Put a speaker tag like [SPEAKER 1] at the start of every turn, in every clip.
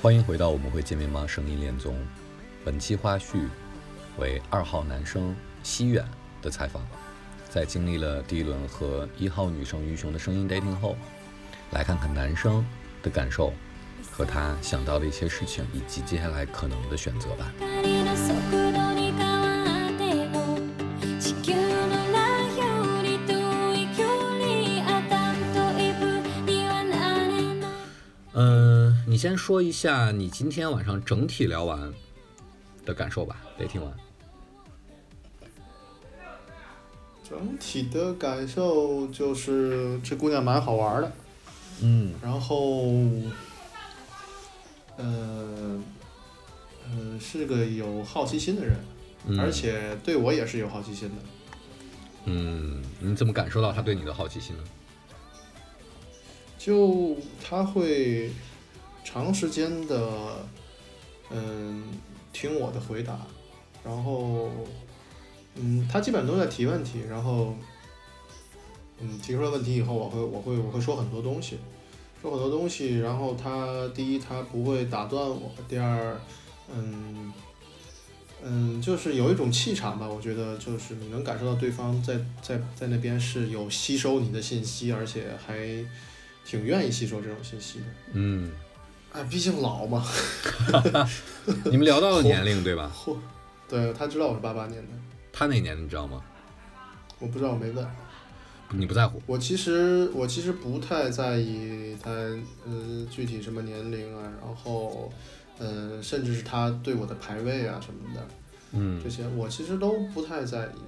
[SPEAKER 1] 欢迎回到《我们会见面吗？声音恋综》，本期花絮为二号男生西远的采访。在经历了第一轮和一号女生于雄的声音 dating 后，来看看男生的感受和他想到的一些事情，以及接下来可能的选择吧。嗯，你先说一下你今天晚上整体聊完的感受吧，dating 完。
[SPEAKER 2] 整体的感受就是这姑娘蛮好玩的，
[SPEAKER 1] 嗯
[SPEAKER 2] 然后，呃，呃，是个有好奇心的人，
[SPEAKER 1] 嗯，
[SPEAKER 2] 而且对我也是有好奇心的。
[SPEAKER 1] 嗯，你怎么感受到他对你的好奇心呢？
[SPEAKER 2] 就她会长时间的，嗯，听我的回答，然后，嗯，她基本都在提问题，然后，嗯，提出了问题以后，我会我会我会说很多东西，说很多东西，然后她第一她不会打断我，第二，嗯。嗯，就是有一种气场吧，我觉得就是你能感受到对方在在在那边是有吸收你的信息，而且还挺愿意吸收这种信息的。
[SPEAKER 1] 嗯，
[SPEAKER 2] 哎，毕竟老嘛，
[SPEAKER 1] 你们聊到了年龄对吧？
[SPEAKER 2] 嚯， 对他知道我是八八年的，
[SPEAKER 1] 他哪年你知道吗？
[SPEAKER 2] 我不知道我没问。
[SPEAKER 1] 你不在乎？
[SPEAKER 2] 我其实我其实不太在意他呃具体什么年龄啊，然后呃甚至是他对我的排位啊什么的
[SPEAKER 1] 嗯
[SPEAKER 2] 这些，我其实都不太在意。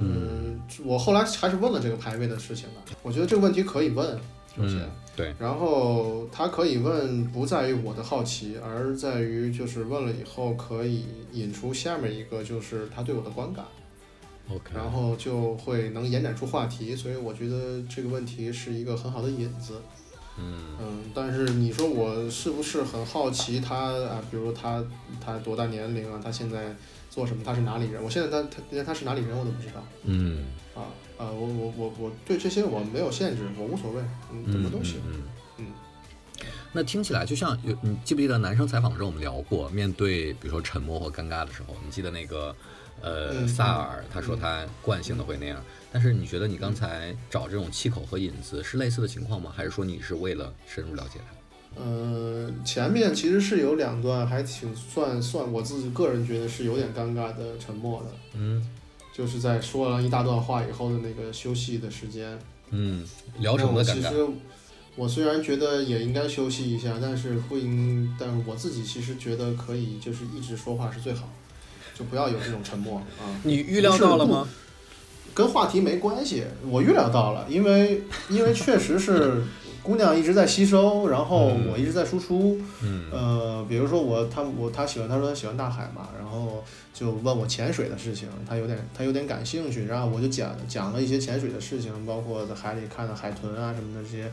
[SPEAKER 2] 嗯，我后来还是问了这个排位的事情了。我觉得这个问题可以问，首先。
[SPEAKER 1] 嗯，对，
[SPEAKER 2] 然后他可以问，不在于我的好奇，而在于就是问了以后可以引出下面一个就是他对我的观感，
[SPEAKER 1] OK，
[SPEAKER 2] 然后就会能延展出话题，所以我觉得这个问题是一个很好的引子。
[SPEAKER 1] 嗯
[SPEAKER 2] 嗯，但是你说我是不是很好奇他啊？比如他他多大年龄啊？他现在做什么？他是哪里人？我现在他他连他是哪里人我都不知道
[SPEAKER 1] 嗯，
[SPEAKER 2] 啊啊！我我我我对这些我没有限制，我无所谓，嗯，怎么都行。
[SPEAKER 1] 嗯
[SPEAKER 2] 嗯
[SPEAKER 1] 那听起来就像有，你记不记得男生采访的时候我们聊过，面对比如说沉默或尴尬的时候，你记得那个呃
[SPEAKER 2] 嗯
[SPEAKER 1] 萨尔他说他惯性的会那样，但是你觉得你刚才找这种气口和引子是类似的情况吗？还是说你是为了深入了解他？
[SPEAKER 2] 呃，前面其实是有两段还挺算算我自己个人觉得是有点尴尬的沉默的，
[SPEAKER 1] 嗯
[SPEAKER 2] 就是在说了一大段话以后的那个休息的时间。
[SPEAKER 1] 嗯，聊什么的
[SPEAKER 2] 那
[SPEAKER 1] 尴
[SPEAKER 2] 我其
[SPEAKER 1] 尬？
[SPEAKER 2] 实我虽然觉得也应该休息一下，但是会应，但是我自己其实觉得可以就是一直说话是最好，就不要有这种沉默啊。
[SPEAKER 1] 你预料到了吗？
[SPEAKER 2] 跟话题没关系，我预料到了，因为因为确实是姑娘一直在吸收，然后我一直在输出。
[SPEAKER 1] 嗯
[SPEAKER 2] 呃，比如说我他我他喜欢，他说他喜欢大海嘛，然后就问我潜水的事情，他有点他有点感兴趣，然后我就讲讲了一些潜水的事情，包括在海里看的海豚啊什么的这些，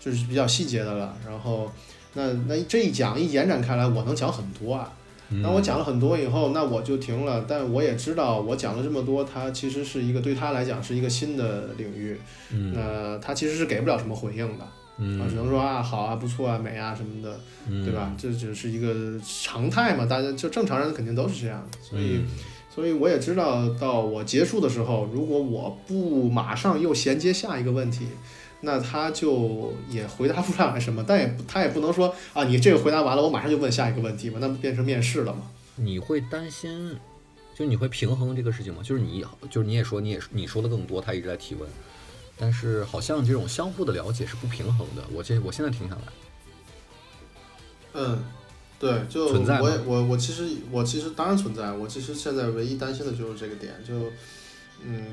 [SPEAKER 2] 就是比较细节的了。然后那那这一讲一延展开来，我能讲很多啊。
[SPEAKER 1] 嗯
[SPEAKER 2] 那我讲了很多以后，那我就停了。但我也知道，我讲了这么多，它其实是一个对他来讲是一个新的领域，
[SPEAKER 1] 嗯
[SPEAKER 2] 那他其实是给不了什么回应的，啊，
[SPEAKER 1] 嗯
[SPEAKER 2] 只能说啊好啊不错啊美啊什么的。
[SPEAKER 1] 嗯，
[SPEAKER 2] 对吧？这只是一个常态嘛，大家就正常人肯定都是这样的，所
[SPEAKER 1] 嗯
[SPEAKER 2] 以，所以我也知道，到我结束的时候，如果我不马上又衔接下一个问题，那他就也回答不上来什么，但也不他也不能说啊，你这个回答完了，我马上就问下一个问题嘛，那不变成面试了嘛？
[SPEAKER 1] 你会担心，就你会平衡这个事情吗？就是你，就是你也说，你也你说的更多，他一直在提问，但是好像这种相互的了解是不平衡的。我这我现在听下来，
[SPEAKER 2] 嗯，对，就
[SPEAKER 1] 存在吗
[SPEAKER 2] 我也我我其实我其实当然存在，我其实现在唯一担心的就是这个点，就嗯，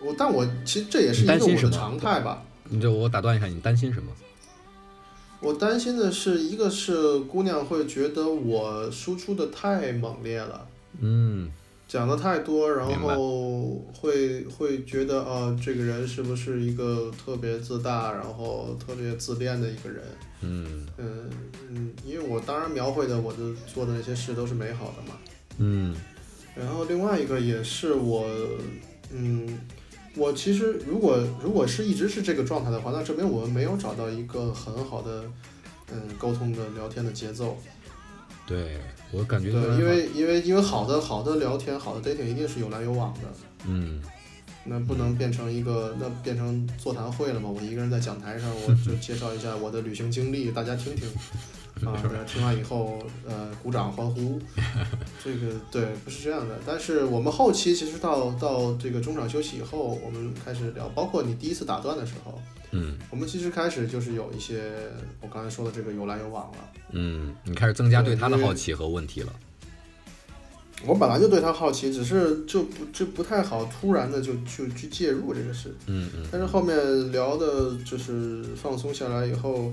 [SPEAKER 2] 我但我其实这也是一
[SPEAKER 1] 你担
[SPEAKER 2] 个
[SPEAKER 1] 心
[SPEAKER 2] 我
[SPEAKER 1] 什么
[SPEAKER 2] 的常态吧。
[SPEAKER 1] 你就我打断一下，你担心什么？
[SPEAKER 2] 我担心的是，一个是姑娘会觉得我输出的太猛烈了，
[SPEAKER 1] 嗯
[SPEAKER 2] 讲的太多，然
[SPEAKER 1] 明白
[SPEAKER 2] 后会会觉得啊，这个人是不是一个特别自大，然后特别自恋的一个人？
[SPEAKER 1] 嗯
[SPEAKER 2] 嗯嗯，因为我当然描绘的我的做的那些事都是美好的嘛。
[SPEAKER 1] 嗯
[SPEAKER 2] 然后另外一个也是我，嗯，我其实如果如果是一直是这个状态的话，那证明我们没有找到一个很好的，嗯、嗯沟通的聊天的节奏。
[SPEAKER 1] 对我感觉
[SPEAKER 2] 对，
[SPEAKER 1] 原来
[SPEAKER 2] 因为因为因为好的好的聊天，好的 dating 一定是有来有往的，
[SPEAKER 1] 嗯
[SPEAKER 2] 那不能变成一个那变成座谈会了嘛？我一个人在讲台上，我就介绍一下我的旅行经历，大家听听。啊，大家听完以后，呃，鼓掌欢呼，这个对，不是这样的。但是我们后期其实到到这个中场休息以后，我们开始聊，包括你第一次打断的时候，
[SPEAKER 1] 嗯
[SPEAKER 2] 我们其实开始就是有一些我刚才说的这个有来有往了。
[SPEAKER 1] 嗯，你开始增加对
[SPEAKER 2] 对
[SPEAKER 1] 他的
[SPEAKER 2] 因为
[SPEAKER 1] 好奇和问题了。
[SPEAKER 2] 我本来就对他好奇，只是就不就不太好突然的就去去介入这个事。
[SPEAKER 1] 嗯嗯，
[SPEAKER 2] 但是后面聊的就是放松下来以后，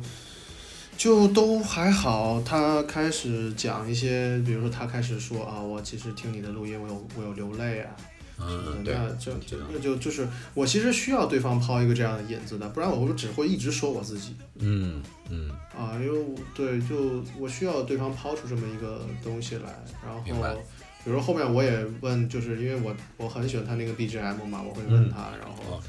[SPEAKER 2] 就都还好。他开始讲一些，比如说他开始说啊，我其实听你的录音，我有我有流泪啊。
[SPEAKER 1] 嗯嗯对，
[SPEAKER 2] 那就
[SPEAKER 1] 知
[SPEAKER 2] 就
[SPEAKER 1] 道
[SPEAKER 2] 那就就是我其实需要对方抛一个这样的引子的，不然我就只会一直说我自己
[SPEAKER 1] 嗯嗯，
[SPEAKER 2] 啊，因为我对就我需要对方抛出这么一个东西来，然
[SPEAKER 1] 明白
[SPEAKER 2] 后比如说后面我也问，就是因为我我很喜欢他那个 BGM 嘛，我会问他，然后
[SPEAKER 1] 哦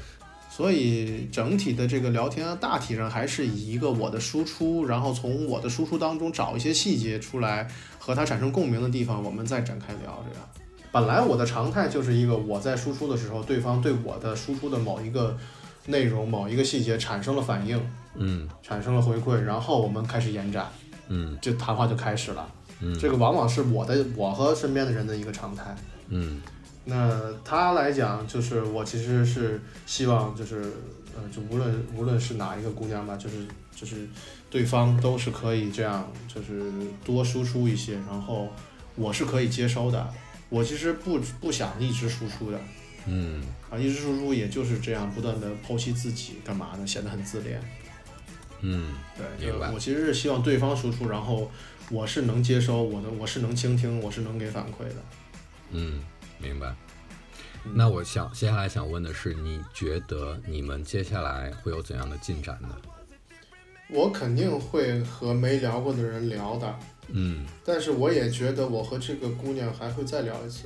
[SPEAKER 2] 所以整体的这个聊天啊，大体上还是以一个我的输出，然后从我的输出当中找一些细节出来，和它产生共鸣的地方，我们再展开聊这样。本来我的常态就是一个我在输出的时候，对方对我的输出的某一个内容、某一个细节产生了反应，
[SPEAKER 1] 嗯
[SPEAKER 2] 产生了回馈，然后我们开始延展，
[SPEAKER 1] 嗯
[SPEAKER 2] 就谈话就开始了。
[SPEAKER 1] 嗯
[SPEAKER 2] 这个往往是我的我和身边的人的一个常态。
[SPEAKER 1] 嗯
[SPEAKER 2] 那他来讲，就是我其实是希望，就是呃，就无论无论是哪一个姑娘吧，就是就是对方都是可以这样，就是多输出一些，然后我是可以接收的。我其实不不想一直输出的
[SPEAKER 1] 嗯，
[SPEAKER 2] 啊，一直输出也就是这样，不断的剖析自己干嘛呢？显得很自恋。
[SPEAKER 1] 嗯
[SPEAKER 2] 对，
[SPEAKER 1] 明
[SPEAKER 2] 就
[SPEAKER 1] 白
[SPEAKER 2] 我其实是希望对方输出，然后我是能接收，我能我是能倾听，我是能给反馈的。
[SPEAKER 1] 嗯，明白。
[SPEAKER 2] 嗯
[SPEAKER 1] 那我想接下来想问的是，你觉得你们接下来会有怎样的进展呢？
[SPEAKER 2] 我肯定会和没聊过的人聊的，
[SPEAKER 1] 嗯
[SPEAKER 2] 但是我也觉得我和这个姑娘还会再聊一次，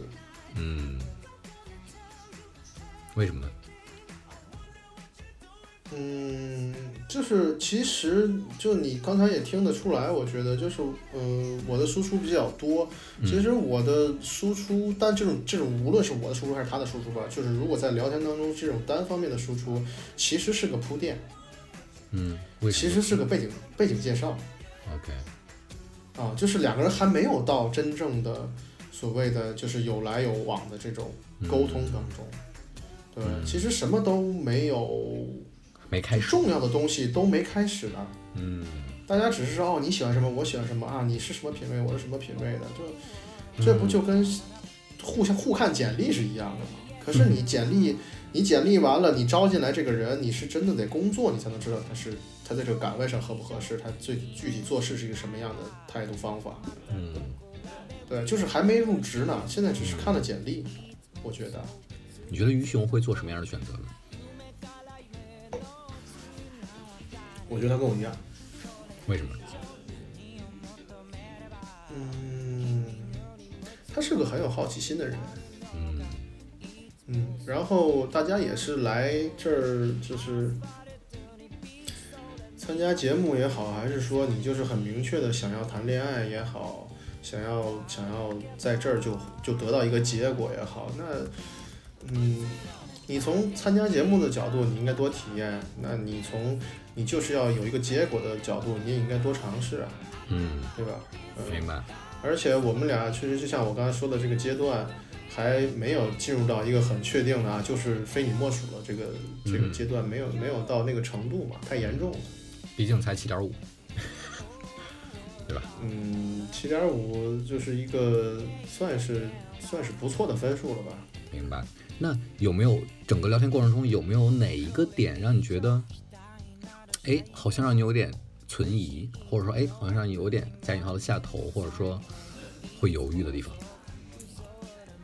[SPEAKER 1] 嗯，为什么呢？
[SPEAKER 2] 嗯，就是其实就你刚才也听得出来，我觉得就是嗯、我的输出比较多。
[SPEAKER 1] 嗯
[SPEAKER 2] 其实我的输出，但这种这种无论是我的输出还是他的输出吧，就是如果在聊天当中这种单方面的输出，其实是个铺垫，
[SPEAKER 1] 嗯，为什
[SPEAKER 2] 其
[SPEAKER 1] 么
[SPEAKER 2] 实是个背景背景介绍
[SPEAKER 1] ？OK，
[SPEAKER 2] 啊，就是两个人还没有到真正的所谓的就是有来有往的这种
[SPEAKER 1] 嗯
[SPEAKER 2] 沟通当中。对，其实什么都没有，
[SPEAKER 1] 没开始。
[SPEAKER 2] 重要的东西都没开始呢。
[SPEAKER 1] 嗯
[SPEAKER 2] 大家只是说哦，你喜欢什么，我喜欢什么啊，你是什么品味，我是什么品味的，
[SPEAKER 1] 嗯
[SPEAKER 2] 就这不就跟互相互看简历是一样的吗？可是你简
[SPEAKER 1] 嗯
[SPEAKER 2] 历，你简历完了，你招进来这个人，你是真的得工作，你才能知道他是他在这个岗位上合不合适，他最具体做事是一个什么样的态度方法。
[SPEAKER 1] 嗯，
[SPEAKER 2] 对，就是还没入职呢，现在只是看了简历，我觉得。
[SPEAKER 1] 你觉得于雄会做什么样的选择呢？
[SPEAKER 2] 我觉得他跟我一样。
[SPEAKER 1] 为什么？
[SPEAKER 2] 嗯，他是个很有好奇心的人。
[SPEAKER 1] 嗯
[SPEAKER 2] 嗯，然后大家也是来这儿，就是参加节目也好，还是说你就是很明确的想要谈恋爱也好，想要想要在这儿就就得到一个结果也好，那嗯，你从参加节目的角度，你应该多体验；那你从你就是要有一个结果的角度，你也应该多尝试啊，
[SPEAKER 1] 嗯，
[SPEAKER 2] 对吧？嗯、
[SPEAKER 1] 明白。
[SPEAKER 2] 而且我们俩确实就像我刚才说的这个阶段，还没有进入到一个很确定的啊，就是非你莫属的这个这个
[SPEAKER 1] 嗯
[SPEAKER 2] 阶段，没有没有到那个程度嘛，太严重了。
[SPEAKER 1] 毕竟才七点五。
[SPEAKER 2] 嗯，七点五就是一个算是算是不错的分数了吧。
[SPEAKER 1] 明白。那有没有整个聊天过程中有没有哪一个点让你觉得，哎，好像让你有点存疑，或者说哎，好像让你有点加引号的下头，或者说会犹豫的地方？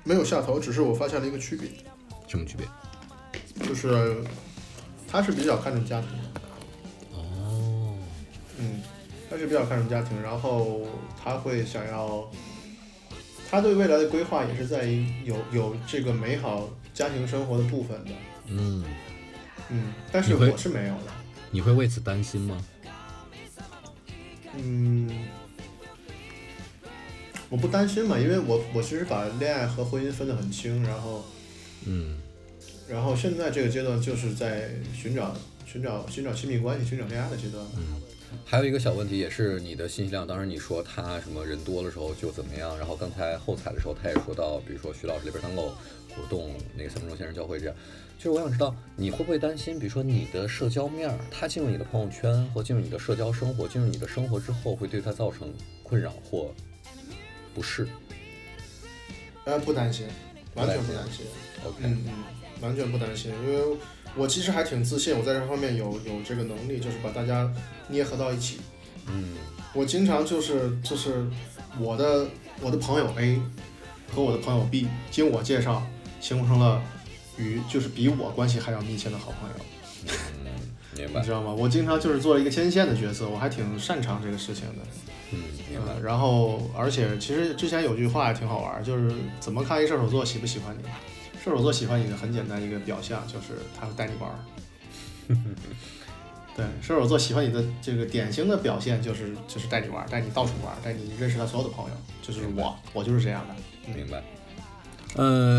[SPEAKER 2] 没有下头，只是我发现了一个区别，
[SPEAKER 1] 什么区别？
[SPEAKER 2] 就是他是比较看重家庭的，
[SPEAKER 1] 哦，
[SPEAKER 2] 嗯，他是比较看重家庭，然后他会想要，他对未来的规划也是在于有有这个美好家庭生活的部分的，
[SPEAKER 1] 嗯，
[SPEAKER 2] 嗯，但是
[SPEAKER 1] 你会
[SPEAKER 2] 我是没有的，
[SPEAKER 1] 你会为此担心吗？
[SPEAKER 2] 嗯，我不担心嘛，因为我我其实把恋爱和婚姻分得很清，然后
[SPEAKER 1] 嗯
[SPEAKER 2] 然后现在这个阶段就是在寻找寻找寻找亲密关系、寻找恋爱的阶段嘛。
[SPEAKER 1] 嗯还有一个小问题，也是你的信息量。当时你说他什么人多的时候就怎么样，然后刚才后采的时候，他也说到，比如说徐老师那边三狗活动，那个三分钟先生教会这样。就是我想知道，你会不会担心，比如说你的社交面儿，他进入你的朋友圈或进入你的社交生活，进入你的生活之后，会对他造成困扰或不适
[SPEAKER 2] 呃，不担心，完全不担心。
[SPEAKER 1] ？OK，、
[SPEAKER 2] 嗯嗯，完全不担心，因为我其实还挺自信，我在这方面有有这个能力，就是把大家捏合到一起。
[SPEAKER 1] 嗯
[SPEAKER 2] 我经常就是就是我的我的朋友 A 和我的朋友 B 经我介绍形成了与就是比我关系还要密切的好朋友，
[SPEAKER 1] 嗯，明
[SPEAKER 2] 你
[SPEAKER 1] 白
[SPEAKER 2] 知，道吗？我经常就是做一个牵线的角色，我还挺擅长这个事情的。
[SPEAKER 1] 嗯明白
[SPEAKER 2] 呃，然后，而且其实之前有句话也挺好玩儿，就是怎么看一射手座喜不喜欢你？射手座喜欢你的很简单一个表象，就是他会带你玩儿。 对，射手座喜欢你的这个典型的表现就是就是带你玩儿，带你到处玩儿，带你认识他所有的朋友。就是
[SPEAKER 1] 明白
[SPEAKER 2] 我，我就是这样的。
[SPEAKER 1] 明白。
[SPEAKER 3] 嗯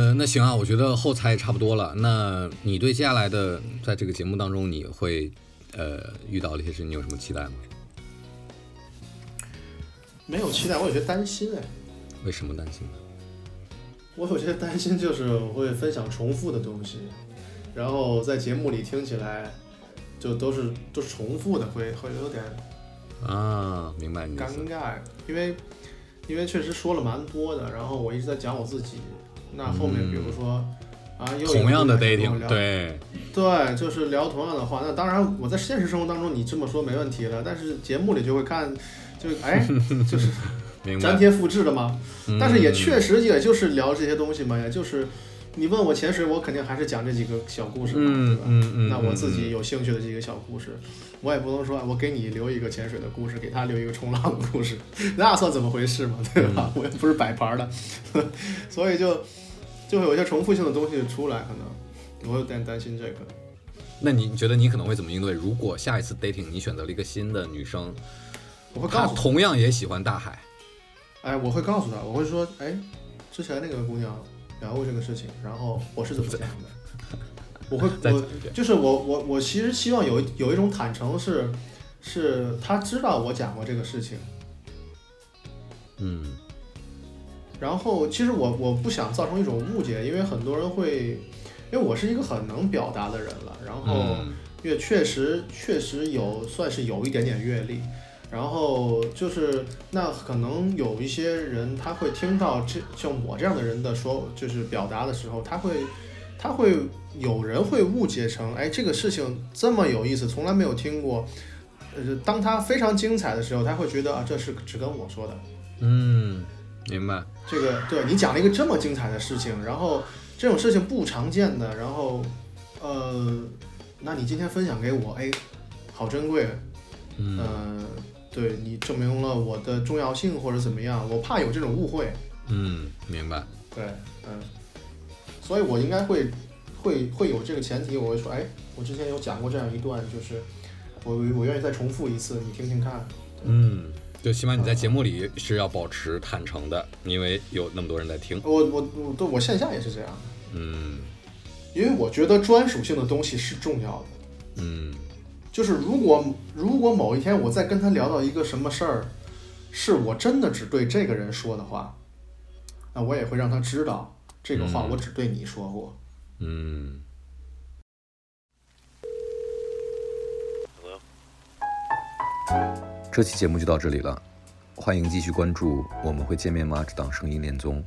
[SPEAKER 3] 呃，那行啊，我觉得后采也差不多了。那你对接下来的在这个节目当中，你会呃遇到的一些事，情，你有什么期待吗？
[SPEAKER 2] 没有期待，我有些担心哎，
[SPEAKER 3] 为什么担心呢？
[SPEAKER 2] 我有些担心就是我会分享重复的东西，然后在节目里听起来就都是都重复的，会会有点
[SPEAKER 3] 啊，明白你的
[SPEAKER 2] 尴
[SPEAKER 3] 意思。
[SPEAKER 2] 尬，因为因为确实说了蛮多的，然后我一直在讲我自己。那后面比如说、啊，又有
[SPEAKER 3] 嗯同样的
[SPEAKER 2] 一个人跟
[SPEAKER 3] dating，
[SPEAKER 2] 我聊
[SPEAKER 3] 对，
[SPEAKER 2] 对，就是聊同样的话。那当然，我在现实生活当中你这么说没问题了，但是节目里就会看，就 哎，就是
[SPEAKER 3] 明
[SPEAKER 2] 粘
[SPEAKER 3] 白。
[SPEAKER 2] 贴复制的嘛。
[SPEAKER 3] 嗯
[SPEAKER 2] 但是也确实也就是聊这些东西嘛，也就是你问我潜水，我肯定还是讲这几个小故事嘛，对
[SPEAKER 3] 嗯
[SPEAKER 2] 吧？
[SPEAKER 3] 嗯嗯，
[SPEAKER 2] 那我自
[SPEAKER 3] 嗯
[SPEAKER 2] 己有兴趣的这个小故事，我也不能说哎我给你留一个潜水的故事，给他留一个冲浪的故事， 那算怎么回事嘛，对吧？
[SPEAKER 3] 嗯
[SPEAKER 2] 我也不是摆盘的， 所以就就会有一些重复性的东西出来，可能我有点担心这个。
[SPEAKER 3] 那你觉得你可能会怎么应对？如果下一次 dating 你选择了一个新的女生，
[SPEAKER 2] 我会
[SPEAKER 3] 她
[SPEAKER 2] 告诉他，
[SPEAKER 3] 同样也喜欢大海，
[SPEAKER 2] 哎，我会告诉他，我会说，哎，之前那个姑娘聊过这个事情，然后我是怎么想的，我会
[SPEAKER 3] 再
[SPEAKER 2] 我
[SPEAKER 3] 讲一遍。
[SPEAKER 2] 就是我我我其实希望有一有一种坦诚是，是他知道我讲过这个事情。
[SPEAKER 3] 嗯
[SPEAKER 2] 然后其实我我不想造成一种误解，因为很多人会，因为我是一个很能表达的人了，然后
[SPEAKER 3] 嗯
[SPEAKER 2] 也确实确实有算是有一点点阅历，然后就是那可能有一些人他会听到这像我这样的人的说就是表达的时候，他会他会有人会误解成哎这个事情这么有意思，从来没有听过。呃，当他非常精彩的时候，他会觉得啊，这是只跟我说的，
[SPEAKER 3] 嗯，明白。
[SPEAKER 2] 这个对你讲了一个这么精彩的事情，然后这种事情不常见的，然后呃，那你今天分享给我，哎，好珍贵，
[SPEAKER 3] 嗯
[SPEAKER 2] 呃，对你证明了我的重要性或者怎么样，我怕有这种误会，
[SPEAKER 3] 嗯，明白。
[SPEAKER 2] 对，嗯，所以我应该会会会有这个前提，我会说，哎，我之前有讲过这样一段，就是我我愿意再重复一次，你听听看，
[SPEAKER 3] 嗯，就起码你在节目里是要保持坦诚的，因为有那么多人在听。
[SPEAKER 2] 我我我对我线下也是这样，
[SPEAKER 3] 嗯
[SPEAKER 2] 因为我觉得专属性的东西是重要的。
[SPEAKER 3] 嗯
[SPEAKER 2] 就是如果如果某一天我再跟他聊到一个什么事儿，是我真的只对这个人说的话，那我也会让他知道这个话
[SPEAKER 3] 嗯
[SPEAKER 2] 我只对你说过。
[SPEAKER 3] 嗯。
[SPEAKER 1] 这期节目就到这里了，欢迎继续关注“我们会见面吗”这档声音恋综。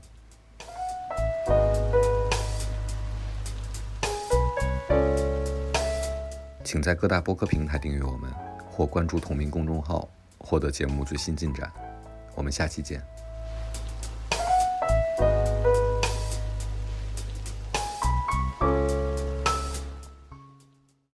[SPEAKER 1] 请在各大播客平台订阅我们，或关注同名公众号，获得节目最新进展。我们下期见。